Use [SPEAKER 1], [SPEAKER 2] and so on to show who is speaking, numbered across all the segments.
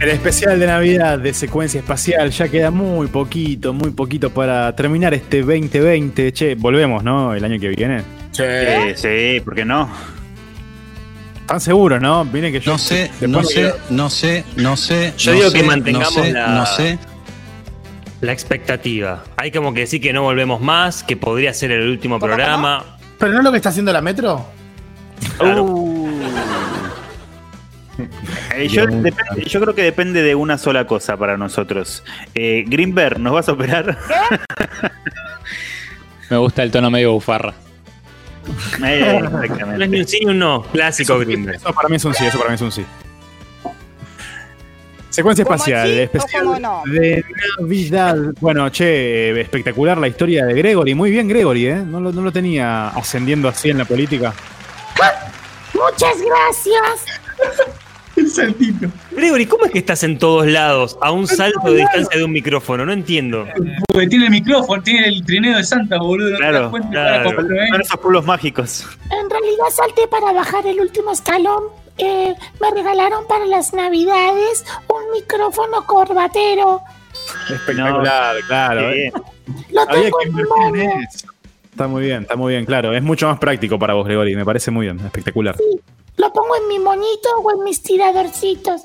[SPEAKER 1] El especial de Navidad de secuencia espacial ya queda muy poquito, muy poquito para terminar este 2020. Che, volvemos, ¿no? El año que viene.
[SPEAKER 2] Ah,
[SPEAKER 3] Sí, sí, ¿por qué no?
[SPEAKER 1] Están seguros, ¿no? Miren que yo.
[SPEAKER 4] No sé,
[SPEAKER 1] después
[SPEAKER 4] no
[SPEAKER 1] me
[SPEAKER 4] sé,
[SPEAKER 1] quedo-
[SPEAKER 4] no sé, no sé.
[SPEAKER 5] Yo
[SPEAKER 4] no
[SPEAKER 5] digo
[SPEAKER 4] sé,
[SPEAKER 5] que mantengamos
[SPEAKER 4] no sé,
[SPEAKER 5] la-
[SPEAKER 4] No sé.
[SPEAKER 5] La expectativa. Hay como que decir que no volvemos más, que podría ser el último
[SPEAKER 6] ¿Cómo,
[SPEAKER 5] programa.
[SPEAKER 6] ¿Pero no es lo que está haciendo la Metro?
[SPEAKER 5] Claro.
[SPEAKER 1] Uh.
[SPEAKER 3] Eh, yo, depende- yo creo que depende de una sola cosa para nosotros. Eh, Greenberg, ¿nos vas a operar?
[SPEAKER 7] Me gusta el tono medio bufarra.
[SPEAKER 3] Eh,
[SPEAKER 5] No es ni
[SPEAKER 3] exactamente.
[SPEAKER 5] un sí ni un no. Clásico Grindr.
[SPEAKER 1] Eso para mí es un sí, eso para mí es un sí. Secuencia
[SPEAKER 6] ¿Como
[SPEAKER 1] espacial,
[SPEAKER 6] sí o
[SPEAKER 1] especial
[SPEAKER 6] como no?
[SPEAKER 1] de Navidad. Bueno, che, espectacular la historia de Gregory. Muy bien, Gregory, ¿eh? No lo, no lo tenía ascendiendo así en la política.
[SPEAKER 8] Muchas gracias.
[SPEAKER 2] El saltito.
[SPEAKER 5] Gregory, ¿cómo es que estás en todos lados a un salto de distancia de un micrófono? No entiendo.
[SPEAKER 2] Porque tiene el micrófono, tiene el trineo de Santa, boludo. no te
[SPEAKER 3] Claro,
[SPEAKER 2] das cuenta,
[SPEAKER 5] claro.
[SPEAKER 2] para cuatro, ¿eh?
[SPEAKER 3] Son esos pueblos mágicos.
[SPEAKER 8] En realidad salté para bajar el último escalón. Eh, me regalaron para las navidades un micrófono corbatero.
[SPEAKER 1] Espectacular, claro.
[SPEAKER 3] Qué
[SPEAKER 1] ¿eh?
[SPEAKER 3] bien.
[SPEAKER 8] Lo
[SPEAKER 1] Había
[SPEAKER 8] tengo
[SPEAKER 1] que
[SPEAKER 8] en mi
[SPEAKER 1] invertir
[SPEAKER 8] mano.
[SPEAKER 1] en eso. Está muy bien, está muy bien, claro. Es mucho más práctico para vos, Gregory. Me parece muy bien, espectacular.
[SPEAKER 8] Lo pongo en mi moñito o en mis tiradorcitos.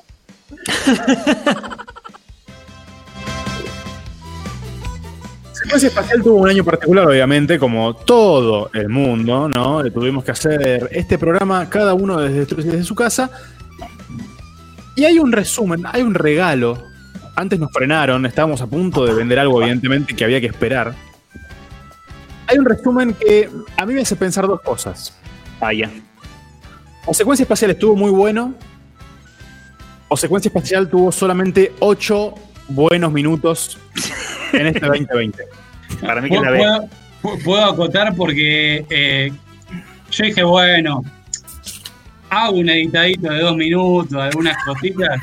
[SPEAKER 1] Secuencia espacial tuvo un año particular, obviamente, como todo el mundo, ¿no? Le tuvimos que hacer este programa cada uno desde, desde su casa. Y hay un resumen, hay un regalo. Antes nos frenaron, estábamos a punto de vender algo, evidentemente, que había que esperar. Hay un resumen que a mí me hace pensar dos cosas.
[SPEAKER 3] Ah, ya.
[SPEAKER 1] O secuencia espacial estuvo muy bueno. O secuencia espacial tuvo solamente ocho buenos minutos en este 2020.
[SPEAKER 3] Para mí que
[SPEAKER 2] ¿Puedo,
[SPEAKER 3] es la B.
[SPEAKER 2] puedo- puedo acotar porque eh, yo dije, bueno, hago un editadito de dos minutos, algunas cositas.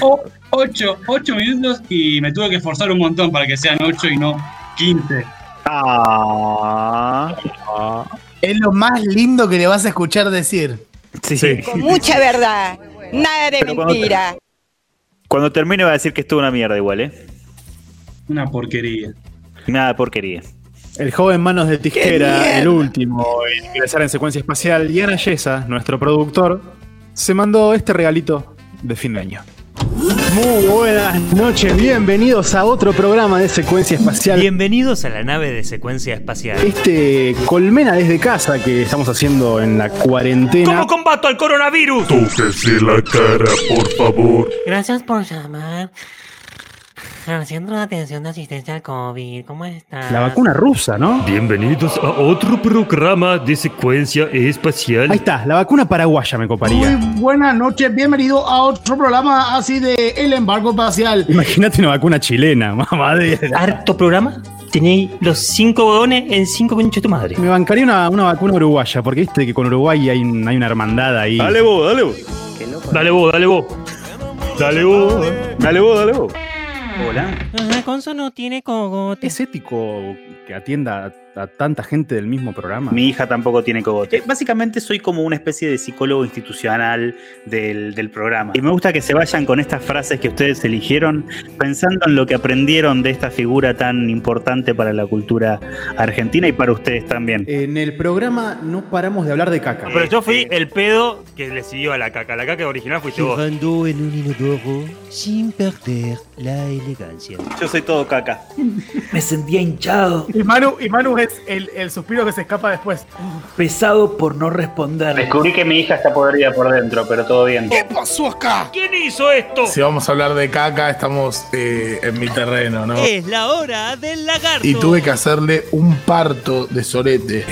[SPEAKER 2] O- ocho, ocho minutos y me tuve que esforzar un montón para que sean ocho y no quince.
[SPEAKER 3] Ah,
[SPEAKER 6] Es lo más lindo que le vas a escuchar decir.
[SPEAKER 3] sí.
[SPEAKER 9] Con mucha verdad. Nada de
[SPEAKER 3] Pero cuando te-
[SPEAKER 9] mentira.
[SPEAKER 3] Cuando termine va a decir que estuvo una mierda igual, ¿eh?
[SPEAKER 2] Una porquería.
[SPEAKER 3] Nada de porquería.
[SPEAKER 1] El joven Manos de Tijera,
[SPEAKER 9] mierda!
[SPEAKER 1] el último en ingresar en secuencia espacial, y Ana Yesa, nuestro productor, se mandó este regalito de fin de año.
[SPEAKER 10] Muy buenas noches, bienvenidos a otro programa de secuencia espacial.
[SPEAKER 5] Bienvenidos a la nave de secuencia espacial.
[SPEAKER 10] Este colmena desde casa que estamos haciendo en la cuarentena.
[SPEAKER 5] ¿Cómo combato al coronavirus?
[SPEAKER 11] Tóquese la cara, por favor.
[SPEAKER 8] Gracias por llamar. Al Centro de Atención de Asistencia al COVID. ¿Cómo estás?
[SPEAKER 10] La vacuna rusa, ¿no?
[SPEAKER 11] Bienvenidos a otro programa de secuencia
[SPEAKER 10] Ahí
[SPEAKER 11] espacial.
[SPEAKER 10] está, la vacuna paraguaya me coparía.
[SPEAKER 6] Muy buenas noches, bienvenido a otro programa así de El Embargo Espacial.
[SPEAKER 10] Imagínate una vacuna chilena, mamadera.
[SPEAKER 5] Harto programa. Tenéis los cinco bodones en cinco conchas de tu madre.
[SPEAKER 10] Me bancaría una, una vacuna uruguaya, porque viste que con Uruguay hay, un- hay una hermandad ahí.
[SPEAKER 3] vos, dale vos.
[SPEAKER 11] Dale vos, dale vos. Dale vos.
[SPEAKER 3] Dale vos, dale vos.
[SPEAKER 2] Hola.
[SPEAKER 9] Conso no tiene cogote.
[SPEAKER 10] ¿Es ético que atienda a, a tanta gente del mismo programa?
[SPEAKER 3] Mi hija tampoco tiene cogote. Eh, Básicamente soy como una especie de psicólogo institucional del, del programa. Y me gusta que se vayan con estas frases que ustedes eligieron, pensando en lo que aprendieron de esta figura tan importante para la cultura argentina y para ustedes también.
[SPEAKER 10] En el programa no paramos de hablar de caca.
[SPEAKER 5] Pero yo fui el pedo que le siguió a la caca. La caca original fuiste vos.
[SPEAKER 9] en un inodoro sin perder la elegancia.
[SPEAKER 3] Eh, Yo soy todo caca.
[SPEAKER 9] Me sentía hinchado,
[SPEAKER 6] Y Manu, y Manu es el, el suspiro que se escapa después.
[SPEAKER 9] pesado por no responder.
[SPEAKER 3] Descubrí que mi hija está podrida por dentro, pero todo bien.
[SPEAKER 6] pasó acá?
[SPEAKER 5] ¿Quién hizo esto?
[SPEAKER 2] Si vamos a hablar de caca, estamos eh, en mi terreno, ¿no?
[SPEAKER 9] Es la hora del
[SPEAKER 6] Eh,
[SPEAKER 9] lagarto.
[SPEAKER 2] Y tuve que hacerle un parto de solete.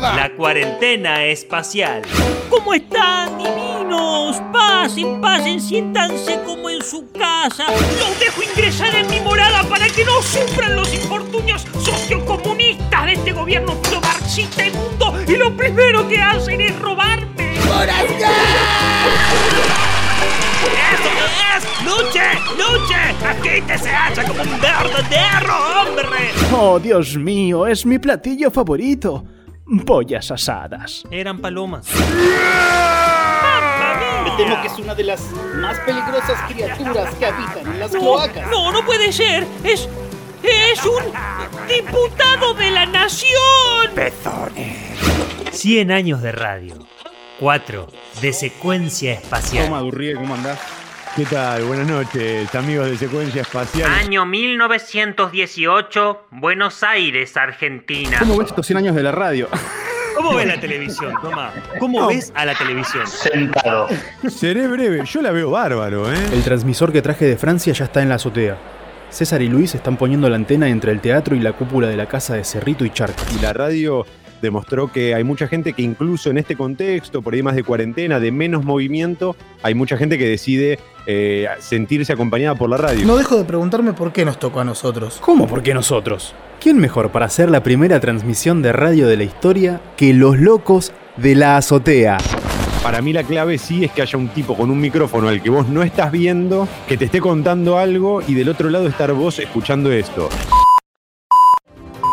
[SPEAKER 5] La cuarentena espacial. ¿Cómo están, divinos? Pasen, pasen, siéntanse como en su casa. Los dejo ingresar en mi morada para que no sufran los infortunios sociocomunistas de este gobierno marxista mundo. Y lo primero que hacen es robarme. ¡Eso es! ¡Luche! ¡Luche! ¡Agítese, hacha como un verde de arroz, hombre!
[SPEAKER 10] Oh, Dios mío, es mi platillo favorito. Pollas asadas.
[SPEAKER 5] Eran palomas.
[SPEAKER 4] Temo que es una de las más peligrosas criaturas que habitan en las cloacas.
[SPEAKER 5] No, no puede ser. Es. Es un diputado de la nación.
[SPEAKER 12] Pezones. 100 años de radio. 4. De secuencia espacial.
[SPEAKER 1] Toma, Durrie, ¿cómo andás?
[SPEAKER 13] ¿Qué tal? Buenas noches, amigos de Secuencia Espacial.
[SPEAKER 12] Año 1918, Buenos Aires, Argentina.
[SPEAKER 1] ¿Cómo ves estos 100 años de la radio?
[SPEAKER 12] ¿Cómo ves la televisión, Tomá? ¿Cómo
[SPEAKER 13] No.
[SPEAKER 12] ves a la televisión?
[SPEAKER 13] Seré breve, yo la veo bárbaro, ¿eh?
[SPEAKER 1] El transmisor que traje de Francia ya está en la azotea. César y Luis están poniendo la antena entre el teatro y la cúpula de la casa de Cerrito y Charca.
[SPEAKER 13] Y la radio demostró que hay mucha gente que incluso en este contexto, por ahí más de cuarentena, de menos movimiento, hay mucha gente que decide eh, sentirse acompañada por la radio.
[SPEAKER 1] No dejo de preguntarme por qué nos tocó a nosotros. ¿Cómo por qué nosotros? ¿Quién mejor para hacer la primera transmisión de radio de la historia que los locos de la azotea?
[SPEAKER 13] Para mí la clave sí es que haya un tipo con un micrófono al que vos no estás viendo, que te esté contando algo y del otro lado estar vos escuchando esto.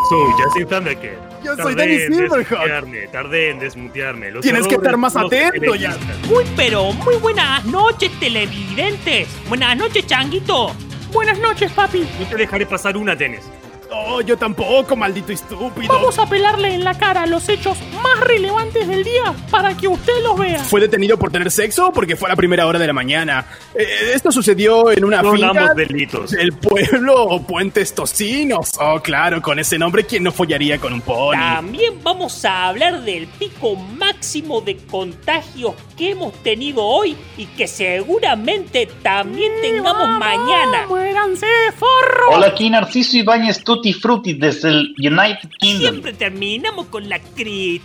[SPEAKER 11] Soy Justin Thundercat.
[SPEAKER 5] Yo
[SPEAKER 11] Tardé
[SPEAKER 5] soy Danny
[SPEAKER 11] en
[SPEAKER 5] Silverhawk.
[SPEAKER 11] desmutearme, Tardé en desmutearme. Los
[SPEAKER 5] Tienes que
[SPEAKER 11] errores
[SPEAKER 5] estar más
[SPEAKER 11] no se
[SPEAKER 5] atento ya.
[SPEAKER 11] revisan.
[SPEAKER 5] Muy pero muy buenas noches, televidentes. Buenas noches, Changuito. Buenas noches, papi.
[SPEAKER 11] No te dejaré pasar una, tenis.
[SPEAKER 1] No, yo tampoco, maldito estúpido.
[SPEAKER 14] Vamos a pelarle en la cara los hechos más relevantes del día para que usted los vea.
[SPEAKER 1] ¿Fue detenido por tener sexo porque fue a la primera hora de la mañana? Eh, esto sucedió en una
[SPEAKER 11] Son
[SPEAKER 1] finca
[SPEAKER 11] ambos delitos.
[SPEAKER 1] del pueblo Puentes Tocinos. Oh, claro, con ese nombre, ¿quién no follaría con un pony?
[SPEAKER 5] También vamos a hablar del pico máximo de contagios que hemos tenido hoy y que seguramente también tengamos mañana.
[SPEAKER 14] ¡Muéranse, forro!
[SPEAKER 4] Hola, aquí Narciso Ibáñez Tutti Frutti desde el United Kingdom.
[SPEAKER 5] Siempre terminamos con la cretina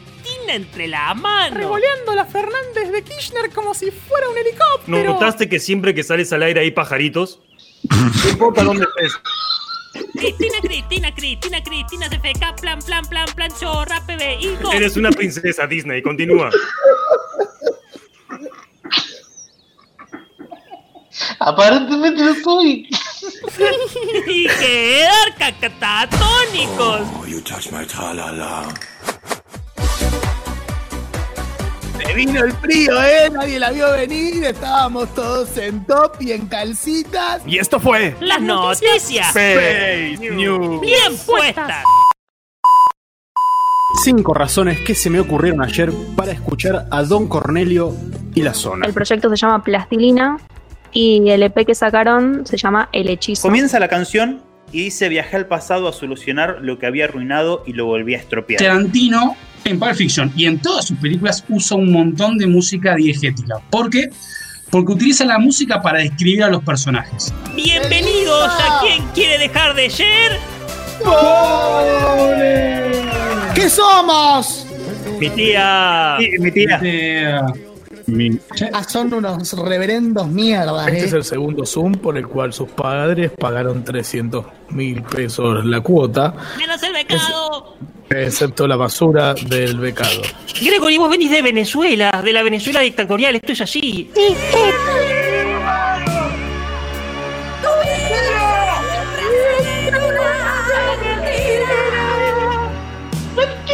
[SPEAKER 5] entre la mano.
[SPEAKER 14] Revoleando la Fernández de Kirchner como si fuera un helicóptero.
[SPEAKER 11] ¿No notaste que siempre que sales al aire hay pajaritos?
[SPEAKER 4] No importa dónde estés.
[SPEAKER 5] Cristina, Cristina, Cristina, Cristina, se feca, plan, plan, plan, plan, chorra, PBI, go.
[SPEAKER 11] Eres una princesa Disney, continúa.
[SPEAKER 4] Aparentemente lo soy.
[SPEAKER 5] y quedar cacatatónicos.
[SPEAKER 15] You touch my tra-la-la.
[SPEAKER 6] Se vino el frío, ¿eh? Nadie la vio venir. Estábamos todos en top y en calcitas.
[SPEAKER 1] Y esto fue.
[SPEAKER 5] Las noticias.
[SPEAKER 1] Fake news.
[SPEAKER 5] Bien puestas.
[SPEAKER 1] Cinco razones que se me ocurrieron ayer para escuchar a Don Cornelio y la zona.
[SPEAKER 16] El proyecto se llama Plastilina y el EP que sacaron se llama El Hechizo.
[SPEAKER 3] Comienza la canción y dice viajé al pasado a solucionar lo que había arruinado y lo volví a estropear.
[SPEAKER 2] Tarantino en Pulp Fiction y en todas sus películas usa un montón de música diegética. ¿Por qué? Porque utiliza la música para describir a los personajes.
[SPEAKER 5] Bienvenidos a quien quiere dejar de ser.
[SPEAKER 6] ¿Qué somos?
[SPEAKER 3] Mi tía. Mi
[SPEAKER 2] tía.
[SPEAKER 6] Ah, son unos reverendos mierdas,
[SPEAKER 17] Este
[SPEAKER 6] ¿eh?
[SPEAKER 17] es el segundo Zoom por el cual sus padres pagaron 300 mil pesos la cuota,
[SPEAKER 5] Menos el becado.
[SPEAKER 17] excepto la basura del becado.
[SPEAKER 5] Gregory, vos venís de Venezuela, de la Venezuela dictatorial, esto es así.
[SPEAKER 8] eh.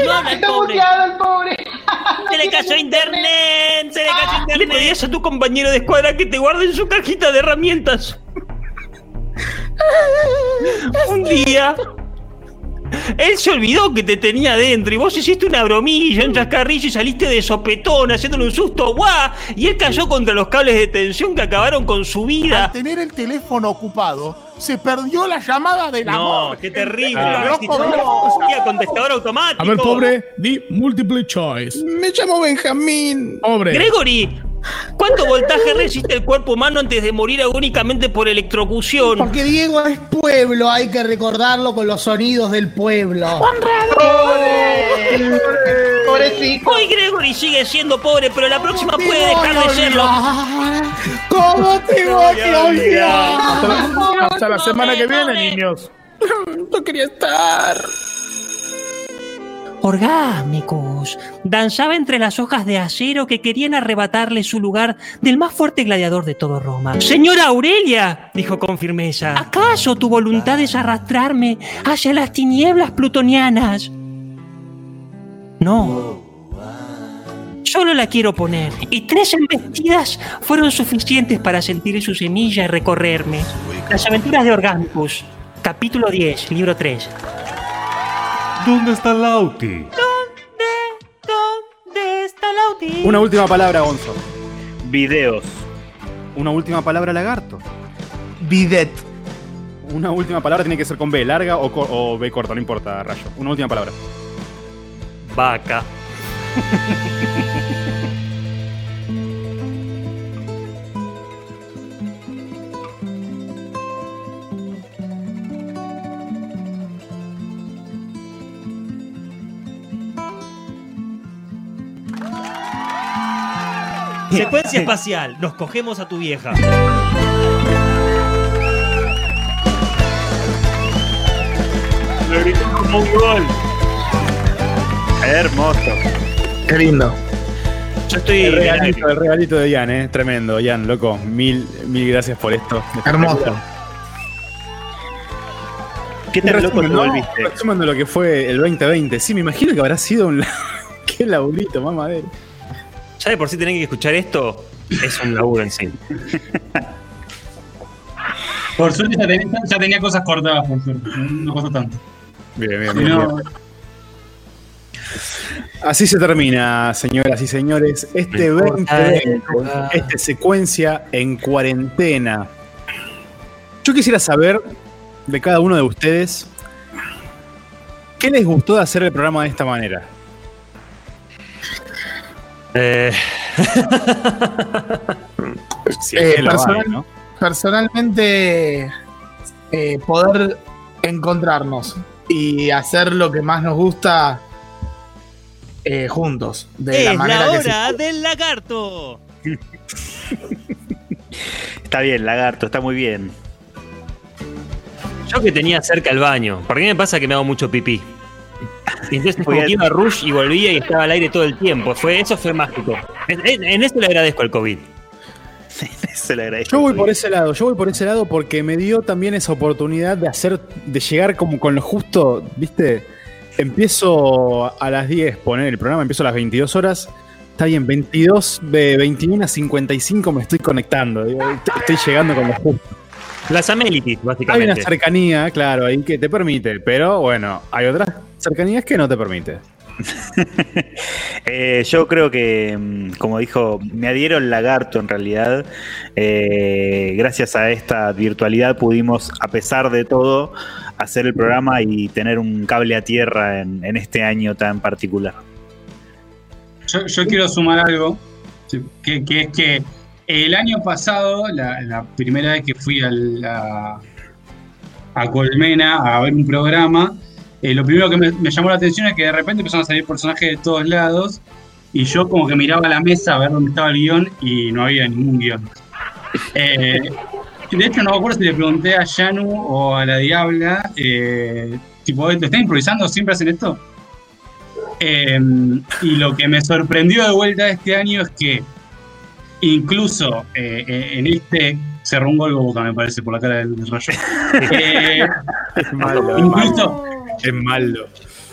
[SPEAKER 4] No habla el pobre.
[SPEAKER 5] Se le cayó internet, se le cayó internet. Le pedías a tu compañero de escuadra que te guarde en su cajita de herramientas. Un día, él se olvidó que te tenía adentro y vos hiciste una bromilla, un chascarrillo y saliste de sopetón haciéndole un susto, guau. Y él cayó contra los cables de tensión que acabaron con su vida.
[SPEAKER 18] Al tener el teléfono ocupado, se perdió la llamada del
[SPEAKER 3] No,
[SPEAKER 18] amor.
[SPEAKER 3] qué terrible.
[SPEAKER 18] Ah.
[SPEAKER 3] No existía contestador automático.
[SPEAKER 17] A ver, pobre, di multiple choice.
[SPEAKER 6] Me llamo Benjamín.
[SPEAKER 17] Pobre.
[SPEAKER 5] Gregory, ¿cuánto voltaje resiste el cuerpo humano antes de morir agónicamente por electrocución?
[SPEAKER 6] Porque Diego es pueblo, hay que recordarlo con los sonidos del pueblo.
[SPEAKER 4] Pobrecito.
[SPEAKER 5] Hoy Gregory sigue siendo pobre, pero la próxima puede dejar de serlo.
[SPEAKER 6] ¿Cómo te voy
[SPEAKER 5] a olvidar?
[SPEAKER 17] Hasta, hasta la semana que viene, niños.
[SPEAKER 5] No quería estar. Orgásmicos, danzaba entre las hojas de acero que querían arrebatarle su lugar del más fuerte gladiador de todo Roma. Señora Aurelia, dijo con firmeza, ¿acaso tu voluntad es arrastrarme hacia las tinieblas plutonianas? No.
[SPEAKER 19] solo la quiero poner. Y tres embestidas fueron suficientes para sentir su semilla y recorrerme. Las aventuras de Orgampus, capítulo 10, libro 3.
[SPEAKER 11] ¿Dónde está Lauti?
[SPEAKER 20] ¿Dónde está Lauti?
[SPEAKER 1] Una última palabra, Gonzo.
[SPEAKER 3] Videos.
[SPEAKER 1] Una última palabra, lagarto.
[SPEAKER 6] Bidet.
[SPEAKER 1] Una última palabra tiene que ser con B, larga o, co- o B corta, no importa, rayo. Una última palabra.
[SPEAKER 3] Vaca.
[SPEAKER 20] Secuencia espacial. Nos cogemos a tu vieja.
[SPEAKER 3] Le grité como un gol. Hermoso.
[SPEAKER 1] Qué lindo.
[SPEAKER 3] Yo estoy.
[SPEAKER 1] El regalito, el regalito de Ian, eh. Tremendo, Ian, loco. Mil, mil gracias por esto.
[SPEAKER 6] Hermoso.
[SPEAKER 3] ¿Qué tan
[SPEAKER 1] Un Este
[SPEAKER 3] loco te
[SPEAKER 1] resumen, ¿no?
[SPEAKER 3] volviste?
[SPEAKER 1] Un resumen de lo que fue el 2020. Sí, me imagino que habrá sido un. la- Qué laburito, mamadera.
[SPEAKER 20] Ya de por sí tienen que escuchar esto. Es un laburo en sí.
[SPEAKER 2] Por suerte ya tenía, ya tenía cosas cortadas, por suerte. No costó tanto.
[SPEAKER 1] Bien, bien,
[SPEAKER 2] Si
[SPEAKER 1] bien,
[SPEAKER 2] no,
[SPEAKER 1] bien. Así se termina, señoras y señores, este
[SPEAKER 2] No importa,
[SPEAKER 1] 2020,
[SPEAKER 2] no importa.
[SPEAKER 1] esta secuencia en cuarentena. Yo quisiera saber de cada uno de ustedes qué les gustó de hacer el programa de esta manera.
[SPEAKER 6] Eh.
[SPEAKER 1] Si es
[SPEAKER 6] Eh,
[SPEAKER 1] que lo hay,
[SPEAKER 6] personal-
[SPEAKER 1] ¿no?
[SPEAKER 6] Personalmente, eh, poder encontrarnos y hacer lo que más nos gusta eh, juntos. De la
[SPEAKER 20] es
[SPEAKER 6] manera
[SPEAKER 20] la
[SPEAKER 6] que se-
[SPEAKER 20] hora del lagarto.
[SPEAKER 3] Está bien, lagarto, está muy bien.
[SPEAKER 20] Yo que tenía cerca el baño. ¿Por qué me pasa que me hago mucho pipí? Y entonces
[SPEAKER 3] Muy
[SPEAKER 20] como que
[SPEAKER 3] bien.
[SPEAKER 20] iba a Rush y volvía y estaba al aire todo el tiempo. Fue, eso fue mágico. En, en- en eso le agradezco al COVID.
[SPEAKER 3] Se le agradezco.
[SPEAKER 1] Yo voy por ese lado, yo voy por ese lado porque me dio también esa oportunidad de hacer, de llegar como con lo justo, ¿viste? Empiezo a las 10, poner el programa, empiezo a las 22 horas. Está bien, 22 de 21 a 55 me estoy conectando, digo, est- estoy llegando con lo justo.
[SPEAKER 20] Las amenities,
[SPEAKER 1] Hay una
[SPEAKER 20] básicamente.
[SPEAKER 1] cercanía, claro, ahí que te permite, pero bueno, hay otras cercanías que no te permite.
[SPEAKER 3] Eh, yo creo que, mm, como dijo, me adhiero al lagarto en realidad. Eh, gracias a esta virtualidad pudimos, a pesar de todo, hacer el programa y tener un cable a tierra en, en este año tan particular.
[SPEAKER 2] yo, yo quiero sumar algo, sí, que, que es que el año pasado, la, la primera vez que fui a, la, a Colmena a ver un programa, eh, lo primero que me, me llamó la atención es que de repente empezaron a salir personajes de todos lados y yo como que miraba la mesa a ver dónde estaba el guión y no había ningún guión. Eh, de hecho, no me acuerdo si le pregunté a Yanu o a la Diabla, eh, tipo, ¿te están improvisando? ¿Siempre hacen esto? Eh, y lo que me sorprendió de vuelta este año es que incluso eh, eh, en este cerró un gol Boca, me parece, por la cara del rayo. Eh, incluso,
[SPEAKER 1] es malo.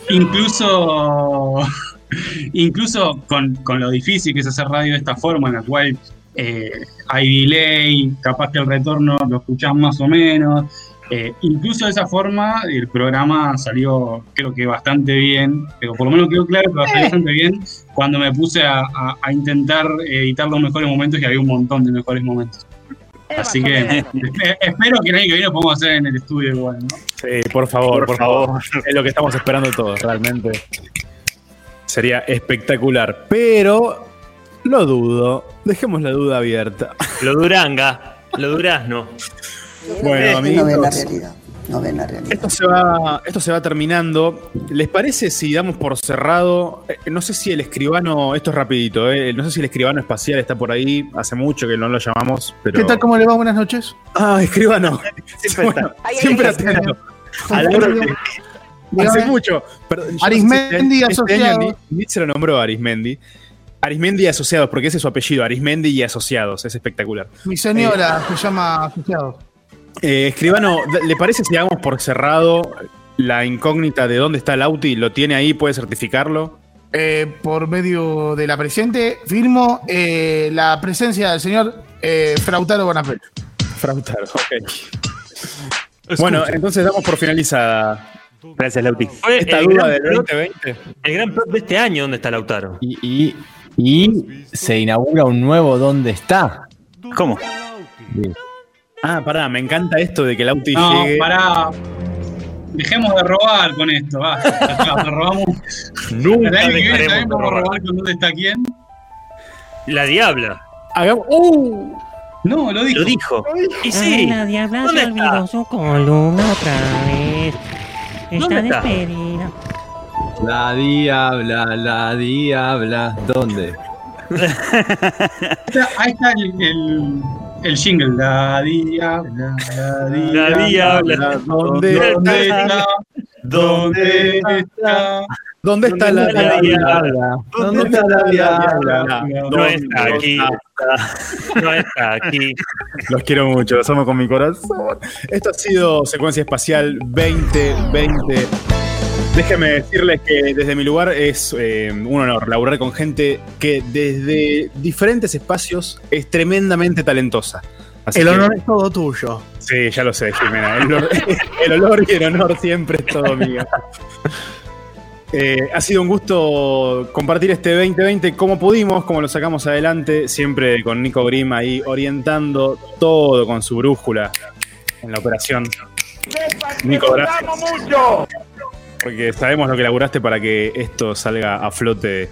[SPEAKER 2] Incluso, incluso con, con lo difícil que es hacer radio de esta forma, en la cual eh, hay delay, capaz que el retorno lo escuchás más o menos. eh, incluso de esa forma, el programa salió, creo que bastante bien, pero por lo menos quedó claro que va a salir bastante bien cuando me puse a, a- a intentar editar los mejores momentos y había un montón de mejores momentos. Así que espe- espero que el año que viene lo podamos hacer en el estudio igual, ¿no?
[SPEAKER 1] Sí, por favor, por,
[SPEAKER 2] Por
[SPEAKER 1] favor. Es lo que estamos esperando todos, realmente. Sería espectacular, pero lo dudo. Dejemos la duda abierta.
[SPEAKER 20] Lo duranga. Lo durazno.
[SPEAKER 1] Bueno,
[SPEAKER 21] no ven la
[SPEAKER 1] amiguitos,
[SPEAKER 21] realidad. No ven la realidad.
[SPEAKER 1] esto se, va, esto se va terminando. ¿Les parece si damos por cerrado? Eh, No sé si el escribano, esto es rapidito, eh, no sé si el escribano espacial está por ahí, hace mucho que no lo llamamos, pero...
[SPEAKER 6] ¿Qué tal? ¿Cómo le va? Buenas noches.
[SPEAKER 1] Ah, escribano.
[SPEAKER 6] Siempre está.
[SPEAKER 1] Bueno, siempre
[SPEAKER 6] ay, ay.
[SPEAKER 1] atento.
[SPEAKER 6] Ay,
[SPEAKER 1] A la
[SPEAKER 6] ay,
[SPEAKER 1] orden.
[SPEAKER 6] ay.
[SPEAKER 1] Hace
[SPEAKER 6] Dígame.
[SPEAKER 1] mucho. Perdón, yo
[SPEAKER 6] Arismendi
[SPEAKER 1] no sé si este- este
[SPEAKER 6] asociado.
[SPEAKER 1] año ni, ni se lo nombró a Arismendi. Arismendi y Asociados, porque ese es su apellido, Arismendi y Asociados, es espectacular.
[SPEAKER 6] Mi señora
[SPEAKER 14] eh.
[SPEAKER 6] se llama asociado.
[SPEAKER 1] Eh, escribano, ¿le parece si damos por cerrado la incógnita de dónde está Lauti? ¿Lo tiene ahí? ¿Puede certificarlo?
[SPEAKER 6] eh, por medio de la presente, firmo eh, la presencia del señor eh, Frautaro Bonapel.
[SPEAKER 1] Frautaro, ok. Bueno, entonces damos por finalizada. Gracias, Lauti.
[SPEAKER 2] Eh,
[SPEAKER 20] Fue
[SPEAKER 1] Esta
[SPEAKER 20] el
[SPEAKER 1] duda
[SPEAKER 20] gran
[SPEAKER 1] del
[SPEAKER 20] plot-
[SPEAKER 1] 2020.
[SPEAKER 20] El gran plot de este año, ¿dónde está Lautaro?
[SPEAKER 21] Y, y- y se inaugura un nuevo ¿Dónde está?
[SPEAKER 1] ¿Cómo? Ah, pará, me encanta esto de que Lauti
[SPEAKER 2] No,
[SPEAKER 1] llegue.
[SPEAKER 2] pará. Dejemos de robar con esto, basta. Ya está, Te robamos.
[SPEAKER 1] Nunca
[SPEAKER 2] El año que
[SPEAKER 1] dejaremos
[SPEAKER 2] viene también
[SPEAKER 1] de
[SPEAKER 2] vamos a
[SPEAKER 1] robar.
[SPEAKER 2] robar con dónde está quién.
[SPEAKER 20] La Diabla.
[SPEAKER 1] Hagamos. ¡Uh!
[SPEAKER 2] No, lo dijo.
[SPEAKER 20] Lo dijo. Y
[SPEAKER 14] Ay,
[SPEAKER 20] sí.
[SPEAKER 14] la diabla
[SPEAKER 20] ¿Dónde
[SPEAKER 14] se
[SPEAKER 20] está?
[SPEAKER 14] olvidó su columna otra vez.
[SPEAKER 20] ¿Dónde
[SPEAKER 14] Está
[SPEAKER 20] está?
[SPEAKER 14] despedida.
[SPEAKER 21] La diabla, la diabla, ¿dónde?
[SPEAKER 2] Ahí está- Ahí está el, el, el jingle. La diabla, la diabla.
[SPEAKER 1] La diabla.
[SPEAKER 2] ¿Dónde,
[SPEAKER 1] Ah, ¿Dónde está? ¿Dónde
[SPEAKER 2] está? ¿Dónde está?
[SPEAKER 1] está la diabla? ¿Dónde está la diabla?
[SPEAKER 20] No está aquí. No está aquí.
[SPEAKER 1] Los quiero mucho, los amo con mi corazón. Esto ha sido Secuencia Espacial 2020. Déjenme decirles que desde mi lugar es eh, un honor laburar con gente que desde diferentes espacios es tremendamente talentosa. Así
[SPEAKER 6] El
[SPEAKER 1] que-
[SPEAKER 6] honor es todo tuyo.
[SPEAKER 1] Sí, ya lo sé, Jimena. El, olor- el olor y el honor siempre es todo mío. Eh, ha sido un gusto compartir este 2020 como pudimos, como lo sacamos adelante, siempre con Nico Grima ahí orientando todo con su brújula en la operación. Nico, gracias,
[SPEAKER 14] mucho!
[SPEAKER 1] porque sabemos lo que laburaste para que esto salga a flote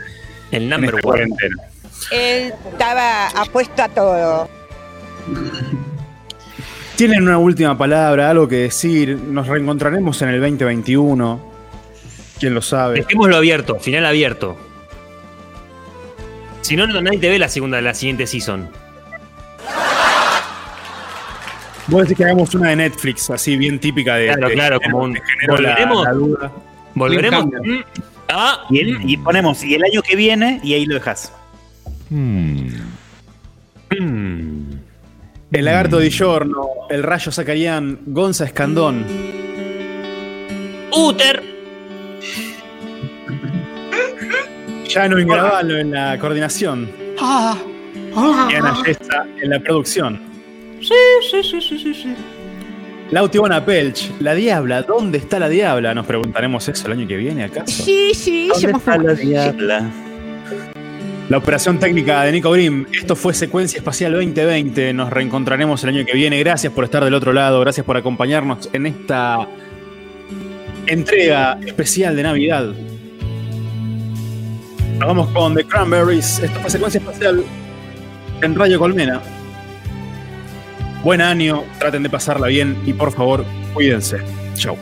[SPEAKER 20] el
[SPEAKER 1] number
[SPEAKER 20] one.
[SPEAKER 22] Él estaba apuesto a todo.
[SPEAKER 1] ¿Tienen una última palabra, algo que decir? ¿Nos reencontraremos en el 2021? ¿Quién lo sabe?
[SPEAKER 20] Dejémoslo abierto, final abierto. Si no, no- nadie te ve la segunda, la siguiente season.
[SPEAKER 1] Vos decís que hagamos una de Netflix, así bien típica de. este
[SPEAKER 20] Claro,
[SPEAKER 1] de-
[SPEAKER 20] claro,
[SPEAKER 1] de-
[SPEAKER 20] como un-
[SPEAKER 1] de género, la-
[SPEAKER 20] volveremos.
[SPEAKER 1] la duda.
[SPEAKER 20] Volveremos. Mm, Ah,
[SPEAKER 3] Y, el- y ponemos, y el año que viene, y ahí lo dejas.
[SPEAKER 13] 嗯
[SPEAKER 1] El lagarto Di Giorno, el rayo Zacarián, Gonza Escandón,
[SPEAKER 20] Uter.
[SPEAKER 1] Yano Ingravalo en la coordinación,
[SPEAKER 14] Ah,
[SPEAKER 1] y Ana Yesta en la producción.
[SPEAKER 14] Sí, sí, sí, sí, sí, sí.
[SPEAKER 1] Lauti Bona Pelch, la diabla, ¿dónde está la diabla? Nos preguntaremos eso el año que viene, ¿acaso?
[SPEAKER 14] Sí, sí,
[SPEAKER 1] ¿Dónde está la diabla? La operación técnica de Nico Grimm. Esto fue Secuencia Espacial 2020. Nos reencontraremos el año que viene. Gracias por estar del otro lado. Gracias por acompañarnos en esta entrega especial de Navidad. Nos vamos con The Cranberries. Esto fue Secuencia Espacial en Radio Colmena. Buen año. Traten de pasarla bien y por favor, cuídense. Chau.